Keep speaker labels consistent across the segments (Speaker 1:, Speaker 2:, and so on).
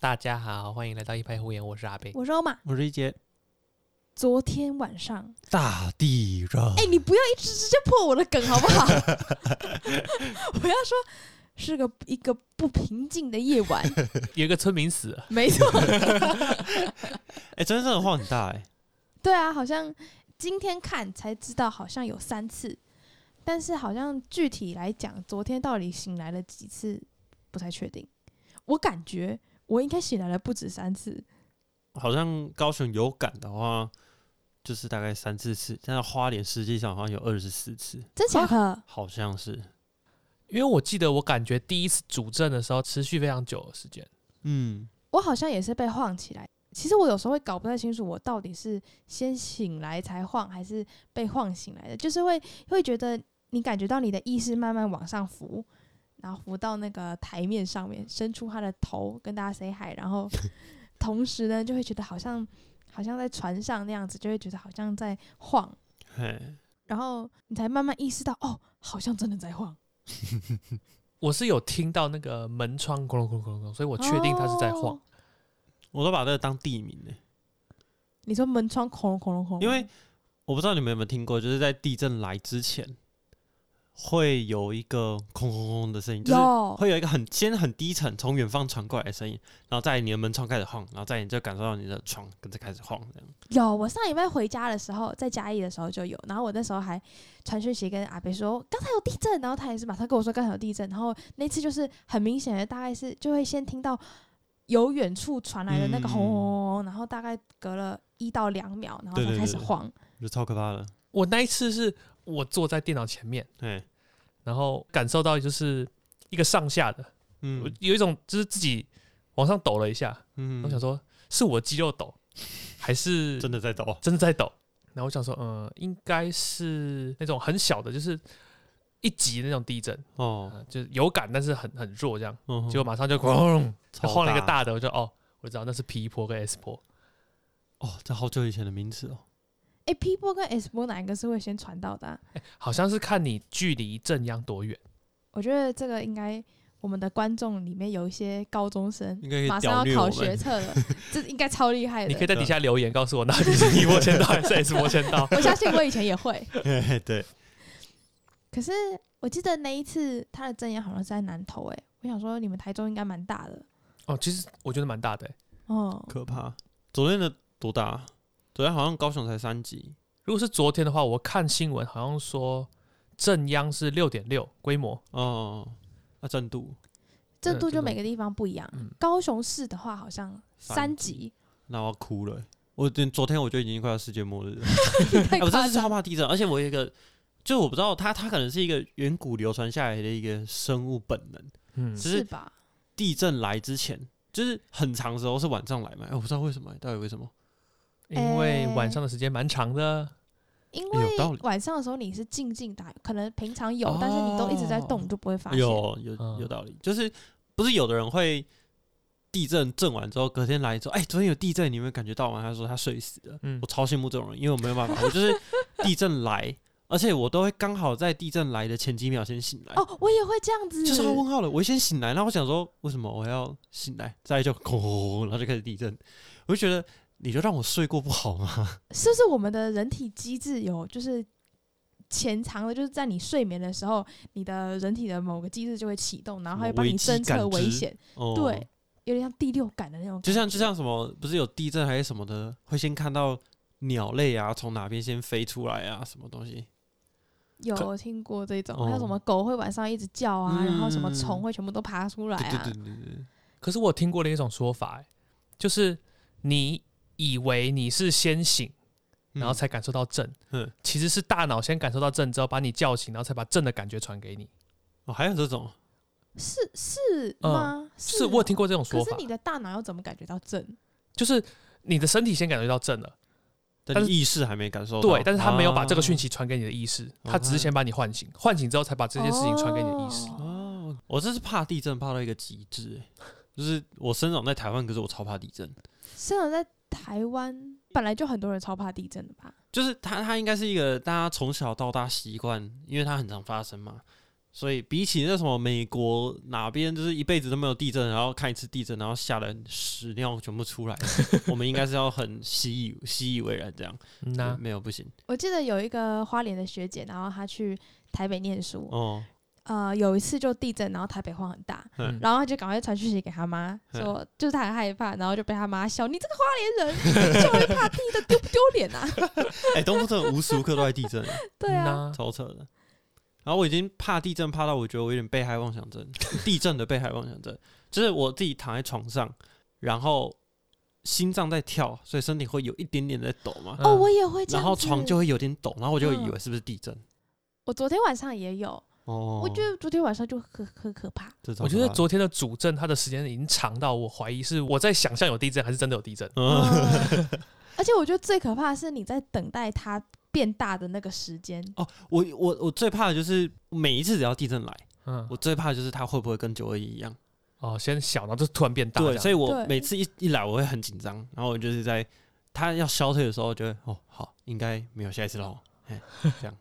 Speaker 1: 大家好，欢迎来到一拍胡言，我是阿贝。
Speaker 2: 我说嘛，
Speaker 3: 我是一杰，
Speaker 2: 昨天晚上，
Speaker 3: 大地震，
Speaker 2: 哎、你不要一直直接破我的梗好不 好？我要说是个一个不平静的夜 晚，
Speaker 1: 有一个村民死了，
Speaker 2: 没错。
Speaker 3: 哎，真的这个晃很大哎，
Speaker 2: 对啊，好像今天看才知道，好像有三次，但是好像具体来讲，昨天到底醒来了几次不太确定。我感觉我应该醒来了不止三次，
Speaker 3: 好像高雄有感的话，就是大概三四次，但是花莲实际上好像有二十四次，
Speaker 2: 真假的？
Speaker 3: 好像是，
Speaker 1: 因为我记得我感觉第一次主政的时候持续非常久的时间，
Speaker 3: 嗯，
Speaker 2: 我好像也是被晃起来。其实我有时候会搞不太清楚，我到底是先醒来才晃，还是被晃醒来的。就是会会觉得你感觉到你的意识慢慢往上浮，然后浮到那个台面上面，伸出他的头跟大家 say hi，然 后同时呢就会觉得好像好像在船上那样子，就会觉得好像在晃，
Speaker 3: 嘿，
Speaker 2: 然后你才慢慢意识到哦，好像真的在晃。
Speaker 1: 我是有听到那个门窗咕隆咕隆咕隆，所以我确定它是在晃。
Speaker 2: 哦
Speaker 3: 我都把这个当地名呢，
Speaker 2: 你说门窗恐龙恐龙恐龙，
Speaker 3: 因为我不知道你们有没有听过，就是在地震来之前，会有一个空空空的声音，就是
Speaker 2: 有
Speaker 3: 会有一个很先很低沉从远方传过来的声音，然后在你的门窗开始晃，然后再你就感受到你的床跟着开始晃，这样
Speaker 2: 有，我上礼拜回家的时候，在嘉义的时候就有，然后我那时候还传讯息跟阿北说刚才有地震，然后他也是马上跟我说刚才有地震，然后那次就是很明显的，大概是就会先听到由远处传来的那个
Speaker 3: 嗯
Speaker 2: 轰轰轰轰，然后大概隔了一到两秒，然后
Speaker 3: 对
Speaker 2: 才
Speaker 3: 对
Speaker 2: 开始
Speaker 3: 对对
Speaker 2: 晃。
Speaker 3: 就超可怕的，
Speaker 1: 我那一次是我坐在电脑前面，
Speaker 3: 对，
Speaker 1: 然后感受到就是一个上下的，我
Speaker 3: 嗯
Speaker 1: 有一种就是自己往上抖了一下，
Speaker 3: 嗯
Speaker 1: 我想说是我肌肉抖，还是
Speaker 3: 真的在抖，
Speaker 1: 真的在抖。然后我想说，嗯，应该是那种很小的，就是一级那种地震，
Speaker 3: 哦，
Speaker 1: 呃就是有感，但是很很弱这样。
Speaker 3: 嗯
Speaker 1: 结果马上就咣，
Speaker 3: 超
Speaker 1: 晃了一个
Speaker 3: 大
Speaker 1: 大的，我就哦，我知道那是 P 波跟 S 波。
Speaker 3: 哦，这好久以前的名词哦，
Speaker 2: 哎、p 波跟 S 波哪一个是会先传到的啊、
Speaker 1: 哎好像是看你距离正央多远。
Speaker 2: 我觉得这个应该我们的观众里面有一些高中生。
Speaker 3: 应该可以
Speaker 2: 马
Speaker 3: 屌
Speaker 2: 上
Speaker 3: 虐
Speaker 2: 要
Speaker 3: 我
Speaker 2: 考
Speaker 3: 们
Speaker 2: 学测了，这应该超厉害
Speaker 1: 你可以
Speaker 2: 的。
Speaker 1: 在底下留言告诉我，到底 是 P 波先到还是 S 波先到？
Speaker 2: 我相信我以前也会。
Speaker 3: 对，
Speaker 2: 可是我记得那一次他的阵营好像是在南投、欸，我想说你们台中应该蛮大的
Speaker 1: 哦，其实我觉得蛮大的欸、
Speaker 2: 哦。
Speaker 3: 可怕。昨天的多大啊？昨天好像高雄才三级，
Speaker 1: 如果是昨天的话，我看新闻好像说正央是六点六规模，
Speaker 3: 哦，那震度
Speaker 2: 震度
Speaker 1: 这
Speaker 2: 就
Speaker 1: 个
Speaker 2: 每个地方不一样，
Speaker 1: 嗯
Speaker 2: 高雄市的话好像三
Speaker 3: 三
Speaker 2: 级，
Speaker 3: 那我要哭了欸。我昨昨天我就已经快要世界末 日了，
Speaker 2: 太
Speaker 3: 哎我真
Speaker 2: 夸
Speaker 3: 的是超
Speaker 2: 张。
Speaker 3: 怕地震，而且我有一个，就我不知道它它可能是一个远古流传下来的一个生物本能。
Speaker 1: 嗯，
Speaker 3: 只是
Speaker 2: 是吧？
Speaker 3: 地震来之前，就是很长的时候是晚上来嘛，哎、我不知道为什么、到底为什么？
Speaker 1: 因为
Speaker 2: 哎
Speaker 1: 晚上的时间蛮长的。
Speaker 2: 因
Speaker 3: 哎有道
Speaker 2: 为
Speaker 3: 理
Speaker 2: 晚上的时候你是静静打，可能平常有，但是你都一直在动，
Speaker 3: 哦
Speaker 2: 你就不会发现。
Speaker 3: 有有
Speaker 1: 嗯
Speaker 3: 有道理，就是不是有的人会地震震完之后，隔天来之后，哎、昨天有地震，你有没有感觉到吗？他说他睡死了，
Speaker 1: 嗯
Speaker 3: 我，超羡慕这种人，因为我没有办法，我就是地震来，而且我都会刚好在地震来的前几秒先醒来，
Speaker 2: 哦，我也会这样子。
Speaker 3: 就是他问号了，我先醒来，然后我想说为什么我要醒来，再来就轰轰轰，然后就开始地震，我就觉得你就让我睡过不好吗？
Speaker 2: 是不是我们的人体机制有就是潜藏的，就是在你睡眠的时候，你的人体的某个机制就会启动，然后它会帮你
Speaker 3: 什
Speaker 2: 侦
Speaker 3: 么危机感
Speaker 2: 测危
Speaker 3: 知
Speaker 2: 险，
Speaker 3: 哦
Speaker 2: 对，有点像第六感的那种感觉。
Speaker 3: 就像就像什么，不是有地震还是什么的，会先看到鸟类啊从哪边先飞出来啊，什么东西。
Speaker 2: 有
Speaker 1: 可
Speaker 2: 我听过这种，
Speaker 3: 哦
Speaker 2: 还有什么狗会晚上一直叫啊，然后什么
Speaker 3: 嗯
Speaker 2: 虫会全部都爬出来
Speaker 3: 对
Speaker 2: 啊，
Speaker 3: 对对对嗯对，
Speaker 1: 可是我听过的一种说法、欸，就是你以为你是先醒，然后才感受到震，
Speaker 3: 嗯
Speaker 1: 其实是大脑先感受到震之后把你叫醒，然后才把震的感觉传给你。
Speaker 3: 哦，还有这种
Speaker 2: 是是啊吗？
Speaker 1: 嗯是我有听
Speaker 2: 过
Speaker 1: 过这种说
Speaker 2: 可
Speaker 1: 法
Speaker 2: 是，你的大脑要怎么感觉到震？
Speaker 1: 就是你的身体先感觉到震了，但
Speaker 3: 但
Speaker 1: 是
Speaker 3: 是意识还没感受到。哦
Speaker 1: 对，但是他没有把这个讯
Speaker 3: 息。
Speaker 1: 息传给你的意识，
Speaker 3: 哦
Speaker 1: 他只是先把你唤醒，唤醒之后才把这件事情传给你的意识。
Speaker 2: 哦
Speaker 3: 哦，我这是怕地震怕到一个极致、欸，就是我生长在台湾，可是我超怕地震。
Speaker 2: 生长在台湾本来就很多人超怕地震的吧？
Speaker 3: 就是它它应该是一个大家从小到大习惯，因为它很常发生嘛，所以比起那什么美国哪边就是一辈子都没有地震，然后看一次地震，然后吓得屎尿全部 出来，我们应该是要很习以习以为然这样。
Speaker 1: 嗯呐，
Speaker 3: 没有不行
Speaker 2: 我记得有一个花莲的学姐，然后她去台北念书，
Speaker 3: 哦，
Speaker 2: 呃，有一次就地震，然后台北晃很大，
Speaker 1: 嗯
Speaker 2: 然后她就赶快传讯息给她妈，
Speaker 3: 嗯
Speaker 2: 说就是她很害怕，然后就被她妈笑，你这个花莲人就会怕地震，丢不丢脸啊？
Speaker 3: 哎、东部真的无时无刻都在地震，
Speaker 2: 对
Speaker 1: 嗯
Speaker 2: 啊，
Speaker 1: 呐
Speaker 3: 超扯的。然后我已经怕地震，怕到我觉得我有点被害妄想症，地震的被害妄想症，就是我自己躺在床上，然后心脏在跳，所以身体会有一点点在抖嘛，
Speaker 2: 哦，
Speaker 1: 嗯
Speaker 2: 我也会这样子。
Speaker 3: 然后床就会有点抖，然后我就
Speaker 2: 嗯
Speaker 3: 以为是不是地震。
Speaker 2: 我昨天晚上也有，
Speaker 3: 哦，
Speaker 2: 我觉得昨天晚上就很很可怕。
Speaker 3: 这种
Speaker 1: 我觉得
Speaker 3: 吧
Speaker 1: 昨天的主震，它的时间已经长到我怀疑是我在想象有地震，还是真的有地震。
Speaker 3: 嗯，
Speaker 2: 而且我觉得最可怕的是你在等待它变大的那个时间，
Speaker 3: 我我我最怕的就是每一次只要地震来，
Speaker 1: 嗯
Speaker 3: 我，最怕就是它会不会跟九二一一样。
Speaker 1: 哦，先小，然后就突然变大这
Speaker 3: 对，
Speaker 1: 样，
Speaker 3: 所以我
Speaker 2: 对
Speaker 3: 每次一一来我会很紧张，然后我就是在它要消退的时候，觉得哦好，应该没有下一次了。嘿这样，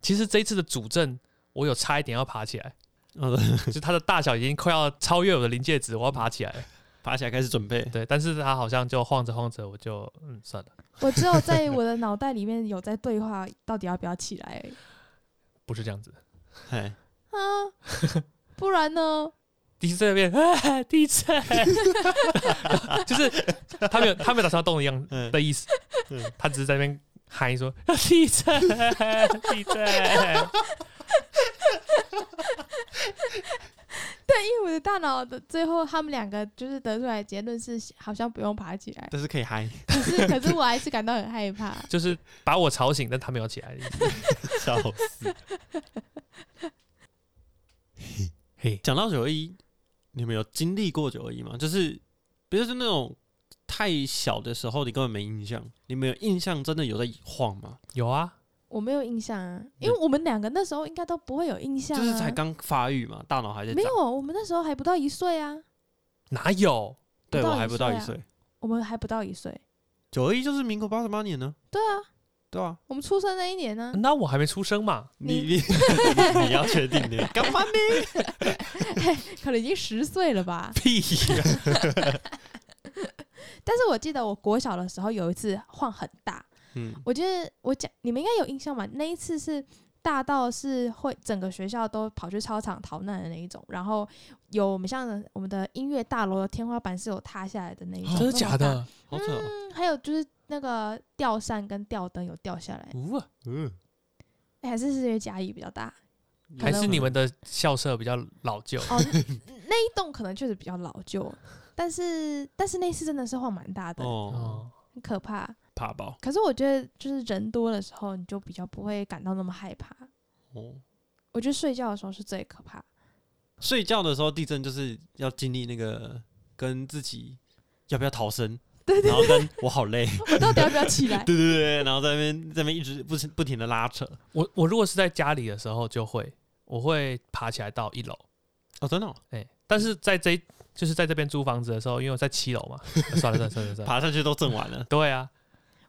Speaker 1: 其实这一次的主震，我有差一点要爬起 来，
Speaker 3: 嗯，
Speaker 1: 就是它的大小已经快要超越我的临界值，我要爬起来 了。
Speaker 3: 爬起来开始准备。
Speaker 1: 对，但是它好像就晃着晃着，我就嗯算了，
Speaker 2: 我只有在我的脑袋里面有在对话，到底要不要起来而已
Speaker 1: 不是这样子。
Speaker 3: 嘿，
Speaker 2: 啊？不然呢？
Speaker 1: 地震那边，啊、 地震，就是他没有他没有打算要动的样
Speaker 3: 嗯
Speaker 1: 的意思
Speaker 3: 嗯，
Speaker 1: 他只是在那边喊说 地震，地震。
Speaker 2: 对，因为我的大脑的最后，他们两个就是得出来的结论是，好像不用爬起来。
Speaker 3: 但是可以嗨，
Speaker 2: 可是，可是我还是感到很害怕。
Speaker 1: 就是把我吵醒，但他没有起来的意思。
Speaker 3: 笑死。
Speaker 1: 嘿，
Speaker 3: 讲到九二一，你们有经历过九二一吗？就是，不就是那种太小的时候，你根本没印象。你们有印象真的有在晃吗？
Speaker 1: 有啊，
Speaker 2: 我没有印象啊，因为我们两个那时候应该都不会有印象、啊，
Speaker 3: 嗯就是才刚发育嘛，大脑还在
Speaker 2: 没
Speaker 3: 长
Speaker 2: 有，。我们那时候还不到一岁啊，
Speaker 1: 哪有？
Speaker 3: 对
Speaker 2: 不到
Speaker 3: 我
Speaker 2: 一
Speaker 3: 还不到
Speaker 2: 岁
Speaker 3: 一
Speaker 2: 啊
Speaker 3: 岁。
Speaker 2: 我们还不到一岁。
Speaker 3: 九二一就是民国八十八年呢，
Speaker 2: 对啊，
Speaker 3: 对啊，
Speaker 2: 我们出生那一年
Speaker 3: 嗯
Speaker 2: 呢、
Speaker 1: 那我还没出生嘛？
Speaker 2: 你
Speaker 3: 你你你你要确定的，干嘛呢？
Speaker 2: 可能已经十岁了吧。
Speaker 3: 屁呀！
Speaker 2: 但是我记得我国小的时候有一次晃很大，
Speaker 3: 嗯，
Speaker 2: 我觉得我讲你们应该有印象吧？那一次是大到是会整个学校都跑去操场逃难的那一种，然后有我们像我们的音乐大楼的天花板是有塌下来的那一种，
Speaker 1: 哦真的
Speaker 2: 那么
Speaker 1: 假
Speaker 2: 大？
Speaker 1: 的？
Speaker 3: 好扯哦。
Speaker 2: 嗯，还有就是那个吊扇跟吊灯有掉下来，
Speaker 1: 呜、啊，
Speaker 3: 嗯，
Speaker 2: 哎还是是因为嘉义比较大
Speaker 1: 还是你们的校舍比较老旧？
Speaker 2: 哦，那那一栋可能确实比较老旧，但是但是那次真的是晃蛮大的，
Speaker 3: 哦，
Speaker 1: 哦，
Speaker 2: 很可怕。
Speaker 3: 怕爆
Speaker 2: 可是我觉得，就是人多的时候，你就比较不会感到那么害怕。
Speaker 3: 哦。
Speaker 2: 我觉得睡觉的时候是最可怕。
Speaker 3: 睡觉的时候地震就是要经历那个跟自己要不要逃生，
Speaker 2: 对对
Speaker 3: 然后跟我好累，
Speaker 2: 我到底要不要起 来？
Speaker 3: 对对对对，然后在那边在那边一直不不停的拉扯。
Speaker 1: 我我如果是在家里的时候，就会我会爬起来到一楼，
Speaker 3: 哦，真的哦
Speaker 1: 哎、但是在这就是在这边租房子的时候，因为我在七楼 嘛，算了算了算了算了，
Speaker 3: 爬上去都震完了。
Speaker 1: 对啊，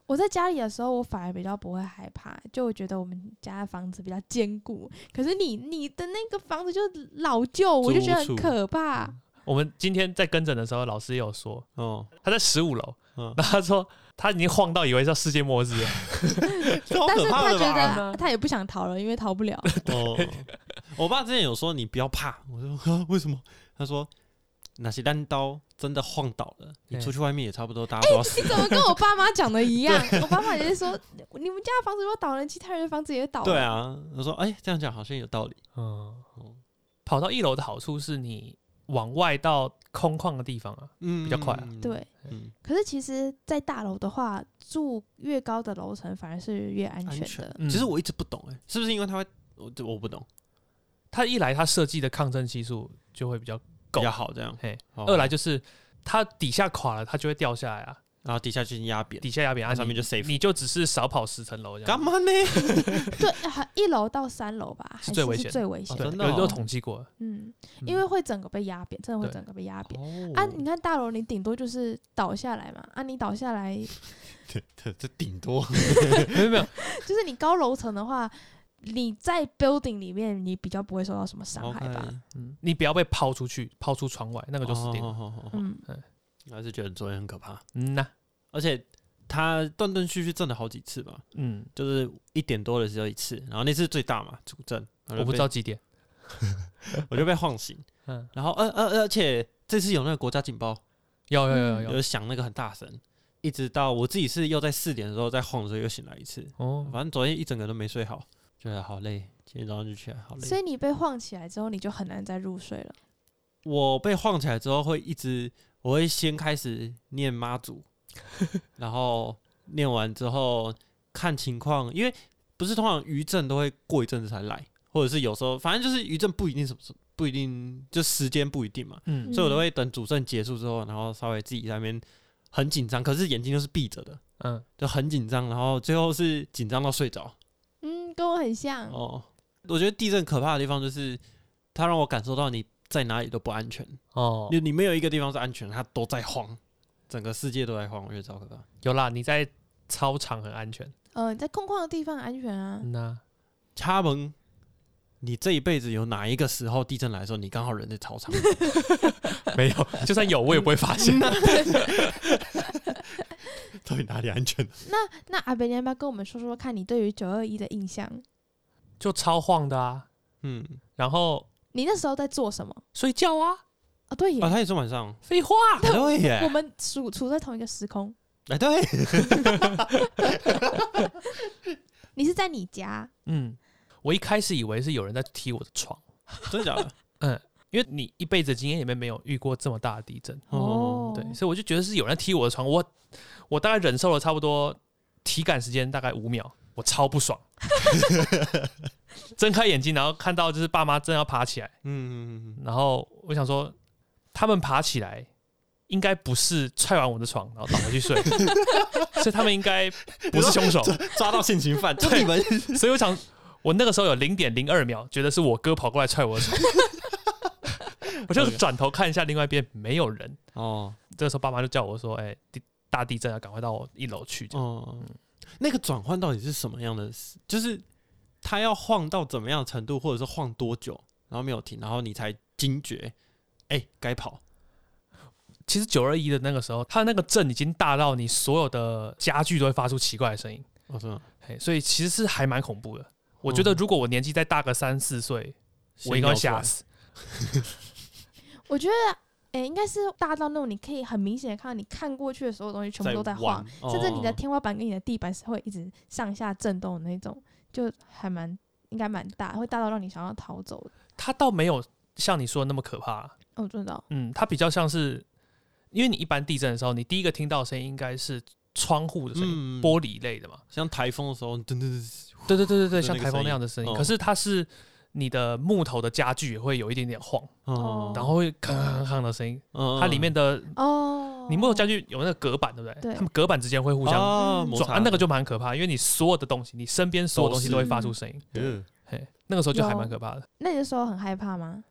Speaker 2: 我在家里的时候，我反而比较不会害怕，就我觉得我们家的房子比较坚固。可是你你的那个房子就是老旧，我就觉得很可怕。
Speaker 1: 我们今天在跟诊的时候，老师也有说
Speaker 3: 哦，
Speaker 1: 他在十五楼，
Speaker 3: 嗯，
Speaker 1: 然后他说他已经晃到以为是要世界末日了，
Speaker 3: 超
Speaker 2: 但是
Speaker 3: 可怕
Speaker 2: 他
Speaker 3: 的
Speaker 2: 觉
Speaker 3: 吧？
Speaker 2: 得他也不想逃了，因为逃不 了。
Speaker 3: 哦，我爸之前有说你不要怕，我说啊为什么？他说那些单刀真的晃倒了，你
Speaker 1: 对
Speaker 3: 出去外面也差不多大家都要死
Speaker 2: 你。怎么跟我爸妈讲的一样？我爸妈也是说，你们家的房子如果倒了，其他人的房子也倒了。
Speaker 3: 对，啊，我说哎、这样讲好像有道理。
Speaker 1: 嗯
Speaker 3: 哦，
Speaker 1: 跑到一楼的好处是你往外到空旷的地方啊，
Speaker 3: 嗯
Speaker 1: 比较快啊。
Speaker 2: 对。
Speaker 3: 嗯，
Speaker 2: 可是其实，在大楼的话，住越高的楼层反而是越安
Speaker 3: 安
Speaker 2: 全
Speaker 3: 全
Speaker 2: 的。
Speaker 1: 嗯
Speaker 3: 其实我一直不懂哎、是不是因为它会我这我不懂
Speaker 1: 它一来它设计的抗震系数就会比较，
Speaker 3: 比
Speaker 1: 够
Speaker 3: 较好这样。
Speaker 1: 嘿，
Speaker 3: 哦
Speaker 1: 二来就是它底下垮了，它就会掉下来啊，
Speaker 3: 然后底下就是压扁，
Speaker 1: 底下压扁，啊、
Speaker 3: 上面
Speaker 1: 你
Speaker 3: 就 safe
Speaker 1: 你就只是少跑十层楼这
Speaker 3: 干
Speaker 1: 样。
Speaker 3: 嘛呢？
Speaker 2: 对，啊一楼到三楼吧，
Speaker 1: 是
Speaker 2: 还
Speaker 1: 最危
Speaker 2: 是
Speaker 1: 险
Speaker 2: 最危险
Speaker 1: 对，
Speaker 2: 的。
Speaker 3: 哦真的哦
Speaker 1: 有有统计过了，
Speaker 2: 嗯，
Speaker 1: 嗯
Speaker 2: 因为会整个被压扁，真的会
Speaker 1: 对
Speaker 2: 整个被压扁。
Speaker 3: 哦
Speaker 2: 啊，你看大楼，你顶多就是倒下来嘛。啊，你倒下来，
Speaker 3: 这这顶多
Speaker 1: 没有没有，
Speaker 2: 就是你高楼层的话，你在 building 里面，你比较不会受到什么伤害吧
Speaker 3: OK
Speaker 1: 嗯，你不要被抛出去，抛出窗外，那
Speaker 3: 那
Speaker 1: 个就死定了。
Speaker 3: 了。
Speaker 2: 嗯，
Speaker 3: 还是觉得昨天很可怕，
Speaker 1: 嗯呐、
Speaker 3: 而且他断断续续震了好几次吧，
Speaker 1: 嗯，
Speaker 3: 就是一点多的时候一次，然后那次最大嘛，主震，然后就
Speaker 1: 我不知道几点。
Speaker 3: 被，我就被晃醒，
Speaker 1: 嗯，
Speaker 3: 然后呃呃，而且这次有那个国家警报，
Speaker 1: 有有有
Speaker 2: 嗯
Speaker 1: 有有
Speaker 3: 有响那个很大声，一直到我自己是又在四点的时候再晃的时候又醒来一次，
Speaker 1: 哦，
Speaker 3: 反正昨天一整个都没睡好，觉得啊好累，今天早上就起来好
Speaker 2: 所
Speaker 3: 累。
Speaker 2: 以你被晃起来之后，你就很难再入睡了。
Speaker 3: 我被晃起来之后会一直，我会先开始念 妈祖，然后念完之后看情况，因为不是通常余震都会过一阵子才来，或者是有时候反正就是余震不一定什么时候不一定就时间不一定嘛，
Speaker 1: 嗯
Speaker 3: 所以我都会等主震结束之后，然后稍微自己在那边很紧张，可是眼睛都是闭着的，
Speaker 1: 嗯，
Speaker 3: 就很紧张，然后最后是紧张到睡着。
Speaker 2: 嗯，跟我很像。
Speaker 3: 哦，我觉得地震可怕的地方就是它让我感受到你在哪里都不安全，
Speaker 1: 哦，
Speaker 3: 你你没有一个地方是安全的，它都在晃，整个世界都在晃，我觉得超可怕。
Speaker 1: 有啦，你在操场很安全。
Speaker 2: 呃，你在空旷的地方安全啊。
Speaker 1: 嗯 呐、
Speaker 3: 他们，你这一辈子有哪一个时候地震来的时候，你刚好人在操场？
Speaker 1: 没有，就算有我也不会发
Speaker 3: 嗯
Speaker 1: 现。
Speaker 3: 到底哪里安全？
Speaker 2: 那那阿北，你要不要跟我们说说看你对于九二一的印象？
Speaker 1: 就超晃的啊，
Speaker 3: 嗯，
Speaker 1: 然后
Speaker 2: 你那时候在做什么？
Speaker 1: 睡觉啊，
Speaker 2: 哦，对耶，
Speaker 3: 啊，他也是晚上，
Speaker 1: 废话。
Speaker 3: 哎 对
Speaker 2: 我
Speaker 3: 耶，
Speaker 2: 们处处在同一个时空。
Speaker 3: 哎对，
Speaker 2: 你是在你家？
Speaker 1: 嗯，我一开始以为是有人在踢我的床，
Speaker 3: 真的假的？
Speaker 1: 因为你一辈子经验里面没有遇过这么大的地震，
Speaker 3: 哦
Speaker 1: 对，所以我就觉得是有人在踢我的床，我我大概忍受了差不多体感时间大概五秒，我超不爽。 睁开眼睛，然后看到就是爸妈正要爬起来，
Speaker 3: 嗯，
Speaker 1: 然后我想说，他们爬起来应该不是踹完我的床然后倒回去睡， 所以他们应该不是凶手，
Speaker 3: 嗯抓到性侵 犯，就你们
Speaker 1: 所以我想，我那个时候有零点零二秒，觉得是我哥跑过来踹我的床， 我就转头看一下另外一边没有人。
Speaker 3: 哦
Speaker 1: 这个时候爸妈就叫我说：“哎、地大地震啊，赶快到我一楼去。”这样，嗯
Speaker 3: 哦，那个转换到底是什么样的事？就是它要晃到怎么样的程度，或者是晃多久，然后没有停，然后你才惊觉，哎、该跑。
Speaker 1: 其实九二一的那个时候，它那个震已经大到你所有的家具都会发出奇怪的声音，
Speaker 3: 哦，真的，
Speaker 1: 嘿，所以其实是还蛮恐怖的。我觉得如果我年纪再大个三四岁，我应该会吓死。
Speaker 2: 我觉得，诶、应该是大到那种你可以很明显的看到，你看过去的所有东西全部都在晃，
Speaker 3: 玩
Speaker 2: 甚至你的
Speaker 3: 哦
Speaker 2: 天花板跟你的地板是会一直上下震动的那种，就还蛮应该蛮大，会大到让你想要逃走的。
Speaker 1: 它倒没有像你说的那么可怕，
Speaker 2: 哦我知道，
Speaker 1: 嗯，它比较像是，因为你一般地震的时候，你第一个听到的声音应该是窗户的声音，
Speaker 3: 嗯
Speaker 1: 玻璃类的嘛。
Speaker 3: 像台风的时候，噔噔噔，
Speaker 1: 对对对对对，
Speaker 3: 就那
Speaker 1: 像
Speaker 3: 个
Speaker 1: 台风那样的声音。可嗯是它是你的木头的家具也会有一点点晃，
Speaker 2: 哦
Speaker 1: 然后会咔咔咔的声音。
Speaker 3: 嗯
Speaker 1: 它里面的
Speaker 2: 哦，
Speaker 1: 你木头家具有那个隔板，对不对？
Speaker 2: 对
Speaker 1: 它们隔板之间会互相
Speaker 3: 哦摩
Speaker 1: 撞，
Speaker 3: 擦
Speaker 1: 啊，那个就蛮可怕，因为你所有的东西，你身边所有东西都会发出声音。
Speaker 3: 嗯
Speaker 1: 嘿，那个时候就还蛮可怕的。
Speaker 2: 那你那时候很害怕吗？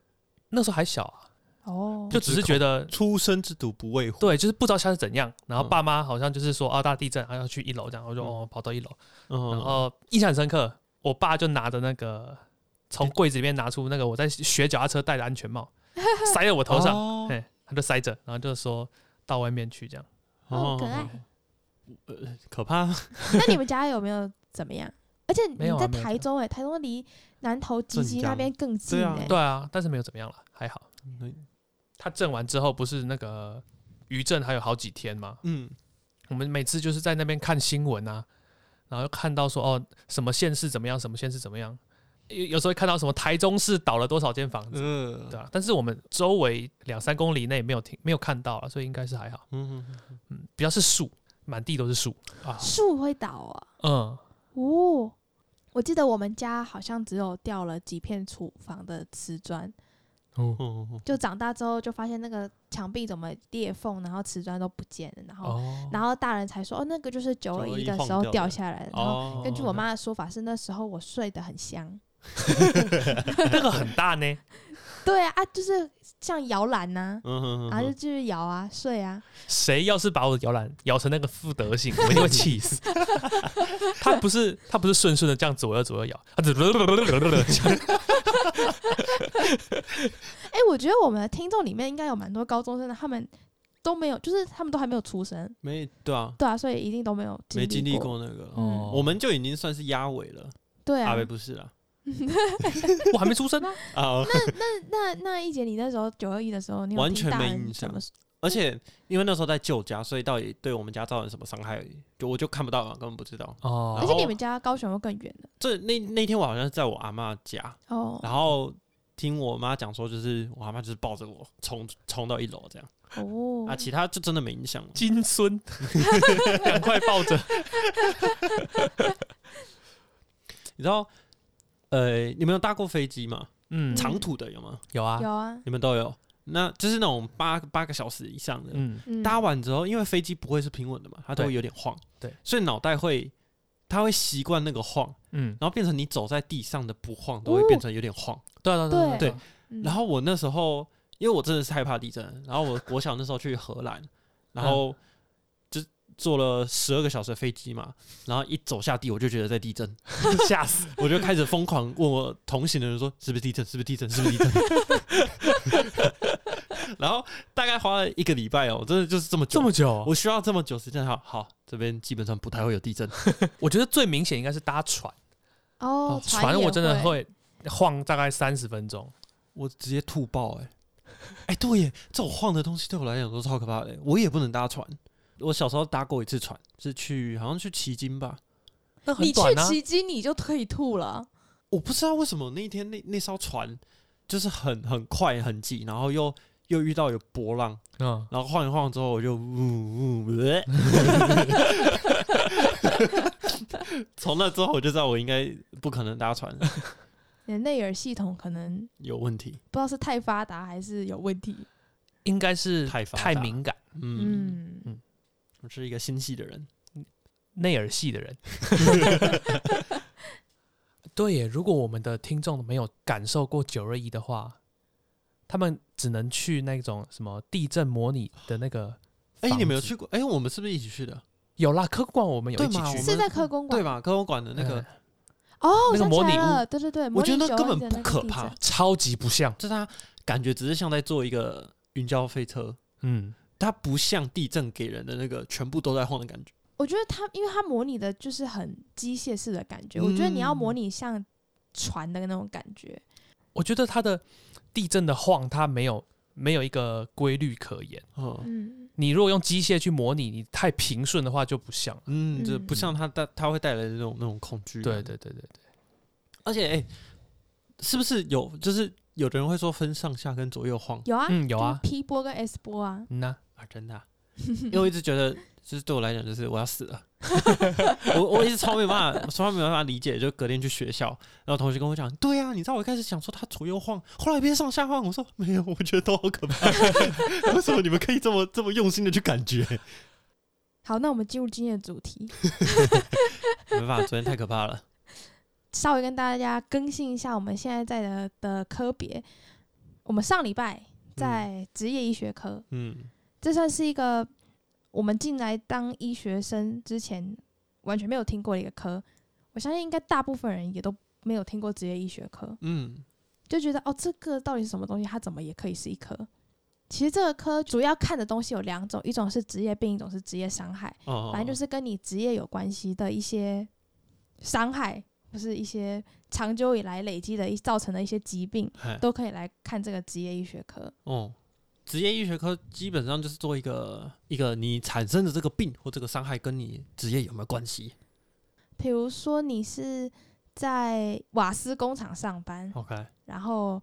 Speaker 1: 那时候还小啊，
Speaker 2: 哦，
Speaker 1: 就只是觉得
Speaker 3: 出生之犊不畏虎。
Speaker 1: 对，就是不知道现在是怎样。然后
Speaker 3: 嗯
Speaker 1: 爸妈好像就是说啊，大地震，然后要去一楼这样，我就
Speaker 3: 嗯
Speaker 1: 哦跑到一楼，
Speaker 3: 嗯，
Speaker 1: 然后印象很深刻，我爸就拿着那个从柜子里面拿出那个我在学脚踏车戴的安全帽，塞在我头上，
Speaker 3: 哦
Speaker 1: 嘿，他就塞着，然后就说到外面去这样。
Speaker 2: 哦可爱。
Speaker 3: 呃可 怕，
Speaker 2: 那你们家有没有怎么样？而且
Speaker 1: 没有
Speaker 2: 你
Speaker 1: 啊
Speaker 2: 在
Speaker 1: 没有
Speaker 2: 台
Speaker 1: 怎
Speaker 2: 中哎、台中离南投集集那边更近
Speaker 3: 对啊
Speaker 2: 哎、
Speaker 1: 对啊，但是没有怎么样了，还好。
Speaker 3: 嗯
Speaker 1: 他震完之后不是那个余震还有好几天吗？
Speaker 3: 嗯，
Speaker 1: 我们每次就是在那边看新闻啊，然后看到说哦什么县市怎么样，什么县市怎么样，有有时候会看到什么台中市倒了多少间房子，
Speaker 3: 呃
Speaker 1: 对啊，但是我们周围两三公里内没有听没有看到了，所以应该是还好。
Speaker 3: 嗯，
Speaker 1: 嗯，比较是树，满地都是树啊。
Speaker 2: 树会倒啊！
Speaker 1: 嗯，
Speaker 2: 哦，我记得我们家好像只有掉了几片厨房的瓷砖，
Speaker 1: 哦
Speaker 3: 嗯
Speaker 2: 就长大之后就发现那个墙壁怎么裂缝，然后瓷砖都不见了，然后、
Speaker 1: 哦
Speaker 2: 然后大人才说哦，那个就是九二一的时候
Speaker 3: 921
Speaker 2: 掉下来的。然后
Speaker 3: 哦
Speaker 2: 根据我妈的说法是那时候我睡得很香，
Speaker 1: 那个很大呢。
Speaker 2: 对啊，啊就是像摇篮呐、
Speaker 3: 嗯哼哼
Speaker 2: 啊，就
Speaker 3: 哼，
Speaker 2: 继续摇啊，睡啊，
Speaker 1: 谁要是把我的摇篮摇成那个副德行，我一定会气 死。他不是他不是顺顺的这样左右左右摇，他只
Speaker 2: 哎、我觉得我们的听众里面应该有蛮多高中生的，他们都没有，就是他们都还没有出生，
Speaker 3: 没对啊，
Speaker 2: 对啊，所以一定都没有
Speaker 3: 没经历
Speaker 2: 过。
Speaker 3: 过那个，
Speaker 1: 哦
Speaker 3: 我们就已经算是压尾了。
Speaker 2: 对啊
Speaker 3: 阿，北不是啦，
Speaker 1: 我还没出生呢、
Speaker 3: 啊，
Speaker 2: 那那一姐，你那时候九二一的时候，你有
Speaker 3: 完
Speaker 2: 听
Speaker 3: 全
Speaker 2: 大
Speaker 3: 没
Speaker 2: 人
Speaker 3: 印
Speaker 2: 怎
Speaker 3: 象
Speaker 2: 么说？
Speaker 3: 而且因为那时候在旧家，所以到底对我们家造成什么伤害，就我就看不到了，根本不知道。
Speaker 1: 哦，
Speaker 2: 而且你们家高雄又更远了
Speaker 3: 这那那天我好像是在我阿妈家，
Speaker 2: 哦
Speaker 3: 然后听我妈讲说，就是我阿妈就是抱着我冲冲到一楼这样
Speaker 2: 哦
Speaker 3: 啊，其他就真的没印象了。
Speaker 1: 金 孙，赶快抱着。
Speaker 3: 你知道，呃，你们有搭过飞机吗？
Speaker 1: 嗯，
Speaker 3: 长途的有吗？
Speaker 1: 有啊，
Speaker 2: 有啊，
Speaker 3: 你们都有？那就是那种八八个小时以上的，
Speaker 1: 嗯，
Speaker 2: 嗯
Speaker 3: 搭完之后，因为飞机不会是平稳的嘛，它都会
Speaker 1: 对
Speaker 3: 有点晃，
Speaker 1: 对
Speaker 3: 所以脑袋会，它会习惯那个晃，
Speaker 1: 嗯，
Speaker 3: 然后变成你走在地上的不晃，都会变成有点晃。
Speaker 1: 对啊对啊对啊对
Speaker 2: 对
Speaker 1: 啊，
Speaker 2: 嗯
Speaker 3: 然后我那时候，因为我真的是害怕地震，然后我国小那时候去荷兰，然后就坐了十二个小时的飞机嘛，然后一走下地我就觉得在地震，
Speaker 1: 吓死！
Speaker 3: 我就开始疯狂问我同行的人说是不是地震，是不是地震，是不是地震。然后大概花了一个礼拜哦，真的就是这么久，
Speaker 1: 这么久，
Speaker 3: 我需要这么久时间，好好，这边基本上不太会有地震。
Speaker 1: 我觉得最明显应该是搭船，
Speaker 2: 哦，
Speaker 1: 船
Speaker 2: 也
Speaker 1: 我真的
Speaker 2: 会，
Speaker 1: 会晃大概三十分钟。
Speaker 3: 我直接吐爆哎、哎、对耶，这种晃的东西对我来讲都超可怕的耶、欸我也不能搭船。我小时候搭过一次船，是去好像去旗津吧，
Speaker 1: 那很
Speaker 2: 你去
Speaker 1: 短啊，
Speaker 2: 奇迹你就退吐了，
Speaker 3: 我不知道为什么那一天那那艘船就是很很快很急，然后又又遇到有波浪，
Speaker 1: 嗯，
Speaker 3: 然后晃一晃之后我就呜呜， 呃从那之后我就知道我应该不可能搭船了，
Speaker 2: 你的内耳系统可能
Speaker 3: 有问题。
Speaker 2: 不知道是太发达还是有问题。
Speaker 1: 应该是
Speaker 3: 太发达
Speaker 1: 太敏感，
Speaker 3: 嗯
Speaker 2: 嗯，
Speaker 3: 我是一个心细的人。
Speaker 1: 内耳系的人。 对耶，如果我们的听众没有感受过九二一的话，他们只能去那种什么地震模拟的那个。
Speaker 3: 哎、你们
Speaker 1: 房
Speaker 3: 有
Speaker 1: 子
Speaker 3: 去过？哎、我们是不是一起去的？
Speaker 1: 有啦，科馆我们有
Speaker 3: 对
Speaker 1: 一起
Speaker 3: 嘛
Speaker 1: 去
Speaker 3: 我，
Speaker 2: 是
Speaker 3: 们
Speaker 2: 在科公馆
Speaker 3: 对吧？科文馆的那个，
Speaker 2: 哦，我
Speaker 1: 那个
Speaker 2: 想起
Speaker 1: 模拟
Speaker 2: 来了，对对对，模
Speaker 3: 我觉
Speaker 2: 拟
Speaker 3: 得
Speaker 2: 九
Speaker 3: 根
Speaker 2: 二一
Speaker 3: 本
Speaker 2: 的
Speaker 3: 不
Speaker 2: 那个
Speaker 3: 可
Speaker 2: 地
Speaker 3: 怕
Speaker 2: 震，
Speaker 1: 超级不像。
Speaker 3: 就是它感觉只是像在做一个云霄飞车，
Speaker 1: 嗯，
Speaker 3: 它不像地震给人的那个全部都在晃的感觉。
Speaker 2: 我觉得它，因为它模拟的就是很机械式的感觉，我觉得你要模
Speaker 3: 嗯
Speaker 2: 拟像船的那种感觉，
Speaker 1: 我觉得它的地震的晃，它没有没有一个规律可言。
Speaker 3: 嗯
Speaker 2: 嗯，
Speaker 1: 你如果用机械去模拟，你太平顺的话就不像了。
Speaker 3: 嗯，这
Speaker 2: 嗯
Speaker 3: 不像它带它会带来的那种那种恐惧。
Speaker 1: 对，对对对对，
Speaker 3: 而且哎、是不是有就是有的人会说分上下跟左右晃
Speaker 2: 有啊，
Speaker 1: 嗯，有
Speaker 2: 就是
Speaker 1: 啊，
Speaker 2: ，P 波跟 S 波啊，
Speaker 1: 嗯呐，
Speaker 3: 啊？真的啊、因为我一直觉得就是对我来讲就是我要死了， 我我一直超没办法，超没办法理解。就隔天去学校，然后同学跟我讲，对啊，你知道我一开始想说他左右晃，后来变上下晃，我说没有，我觉得都好可怕。 为什么你们可以这么这么用心的去感觉？
Speaker 2: 好，那我们进入今天的主题，
Speaker 3: 没办法，昨天太可怕了。
Speaker 2: 稍微跟大家更新一下我们现在在的的科别。我们上礼拜在职业医学科，
Speaker 3: 嗯，
Speaker 2: 这算是一个我们进来当医学生之前完全没有听过的一个科。我相信应该大部分人也都没有听过职业医学科，
Speaker 3: 嗯，
Speaker 2: 就觉得哦，这个到底是什么东西？它怎么也可以是一科？其实这个科主要看的东西有两种，一种是职业病，一种是职业伤害。
Speaker 3: 哦，
Speaker 2: 反正就是跟你职业有关系的一些伤害，或是一些长久以来累积的一造成的一些疾病，
Speaker 3: 嗨
Speaker 2: 都可以来看这个职业医学科。
Speaker 3: 哎哦，职业医学科基本上就是做一个一个你产生的这个病或这个伤害跟你职业有没有关系
Speaker 2: 比如说你是在瓦斯工厂上班，
Speaker 3: ？OK，
Speaker 2: 然后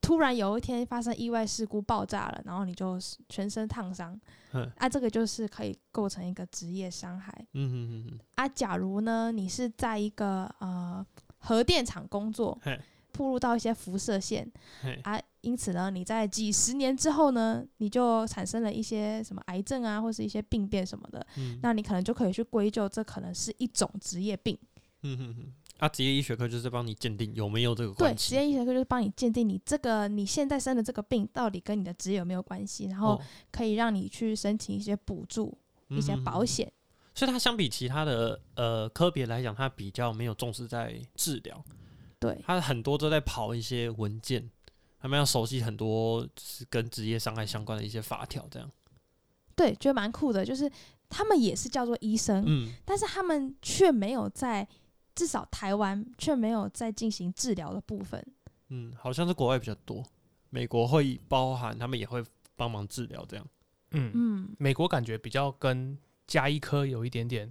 Speaker 2: 突然有一天发生意外事故爆炸了，然后你就全身烫伤
Speaker 3: 嗯，
Speaker 2: 啊，这个就是可以构成一个职业伤害
Speaker 3: 嗯嗯嗯
Speaker 2: 啊。假如呢，你是在一个呃核电厂工作
Speaker 3: 嘿，
Speaker 2: 暴露到一些辐射线
Speaker 3: 嘿
Speaker 2: 啊，因此呢，你在几十年之后呢，你就产生了一些什么癌症啊，或是一些病变什么的，
Speaker 3: 嗯，
Speaker 2: 那你可能就可以去归咎这可能是一种职业病。
Speaker 3: 嗯嗯嗯，啊，职业医学科就是帮你鉴定有没有这个
Speaker 2: 对，
Speaker 3: 关
Speaker 2: 职
Speaker 3: 系。哦
Speaker 2: 业医学科就是帮你鉴定你这个你现在生的这个病到底跟你的职业有没有关系，然后
Speaker 3: 哦
Speaker 2: 可以让你去申请一些补助、一些保，险。
Speaker 3: 嗯嗯嗯所以它相比其他的呃科别来讲，它比较没有重视在治疗，
Speaker 2: 对，
Speaker 3: 它很多都在跑一些文件，他们要熟悉很多就是跟职业伤害相关的一些法条，这样。
Speaker 2: 对，觉得蛮酷的，就是他们也是叫做医生，
Speaker 3: 嗯，
Speaker 2: 但是他们却没有在至少台湾却没有在进行治疗的部分。
Speaker 3: 嗯，好像是国外比较多，美国会包含，他们也会帮忙治疗这样。
Speaker 1: 嗯，
Speaker 2: 嗯，
Speaker 1: 美国感觉比较跟加医科有一点点